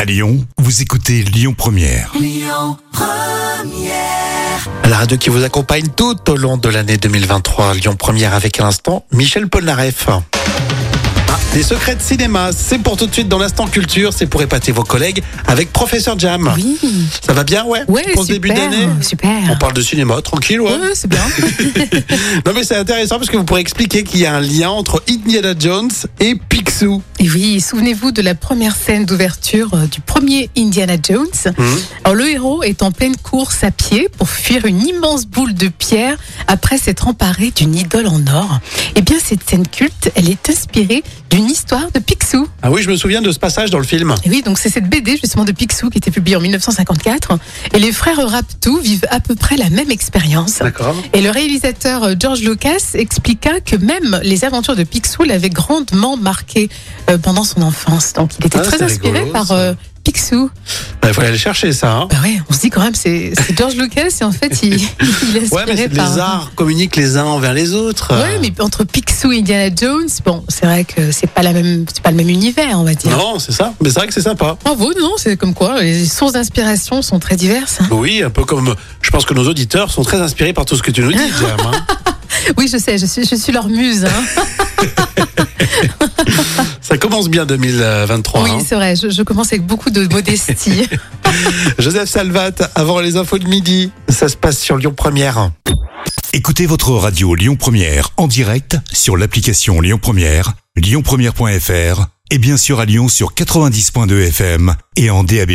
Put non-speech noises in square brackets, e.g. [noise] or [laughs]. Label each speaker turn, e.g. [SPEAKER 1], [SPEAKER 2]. [SPEAKER 1] À Lyon, vous écoutez Lyon Première.
[SPEAKER 2] La radio qui vous accompagne tout au long de l'année 2023. Lyon Première avec à l'instant Michel Polnareff. Ah, Les secrets de cinéma, c'est pour tout de suite dans l'instant culture, c'est pour épater vos collègues avec Professeur Jam.
[SPEAKER 3] Oui.
[SPEAKER 2] Ça va bien, ouais
[SPEAKER 3] Ouais,
[SPEAKER 2] Pour ce début
[SPEAKER 3] super,
[SPEAKER 2] d'année On
[SPEAKER 3] Super.
[SPEAKER 2] parle de cinéma, tranquille, ouais.
[SPEAKER 3] Ouais,
[SPEAKER 2] [laughs]
[SPEAKER 3] c'est bien.
[SPEAKER 2] Non mais c'est intéressant parce que vous pourrez expliquer qu'il y a un lien entre Indiana Jones et Picsou.
[SPEAKER 3] Et oui, souvenez-vous de la première scène d'ouverture euh, du premier Indiana Jones.
[SPEAKER 2] Mhm.
[SPEAKER 3] Alors, le héros est en pleine course à pied pour fuir une immense boule de pierre après s'être emparé d'une idole en or. Eh bien, cette scène culte, elle est inspirée d'une histoire de Picsou.
[SPEAKER 2] Ah oui, je me souviens de ce passage dans le film.
[SPEAKER 3] Et oui, donc c'est cette BD justement de Picsou qui était publiée en 1954. Et les frères Raptou vivent à peu près la même expérience.
[SPEAKER 2] D'accord.
[SPEAKER 3] Et le réalisateur euh, George Lucas expliqua que même les aventures de Picsou l'avaient grandement marqué euh, pendant son enfance. Donc il était
[SPEAKER 2] Ah,
[SPEAKER 3] très
[SPEAKER 2] c'est
[SPEAKER 3] inspiré
[SPEAKER 2] rigolo,
[SPEAKER 3] par
[SPEAKER 2] ça.
[SPEAKER 3] euh, Picsou.
[SPEAKER 2] Il fallait aller chercher ça. hein.
[SPEAKER 3] Bah ouais, on se dit quand même, c'est c'est George Lucas et en fait [laughs] il, il est inspiré
[SPEAKER 2] Ouais, mais c'est-
[SPEAKER 3] par.
[SPEAKER 2] les arts communiquent les uns envers les autres.
[SPEAKER 3] Ouais, mais entre Picsou et Indiana Jones, bon, c'est vrai que c'est pas la même, c'est pas le même univers, on va dire.
[SPEAKER 2] Non, c'est ça. Mais c'est vrai que c'est sympa.
[SPEAKER 3] Bravo, non, c'est comme quoi les sources d'inspiration sont très diverses. hein.
[SPEAKER 2] Oui, un peu comme. Je pense que nos auditeurs sont très inspirés par tout ce que
[SPEAKER 3] [laughs]
[SPEAKER 2] tu nous dis, Jam. hein.
[SPEAKER 3] Oui, je sais, je suis, je suis leur muse. hein.
[SPEAKER 2] Ça commence bien 2023.
[SPEAKER 3] Oui,
[SPEAKER 2] hein.
[SPEAKER 3] c'est vrai, je, je commence avec beaucoup de modestie.
[SPEAKER 2] Joseph Salvat, avant les infos de midi, ça se passe sur Lyon Première.
[SPEAKER 1] Écoutez votre radio Lyon Première en direct sur l'application Lyon Première, lyonpremière.fr et bien sûr à Lyon sur 90.2 FM et en DAB+.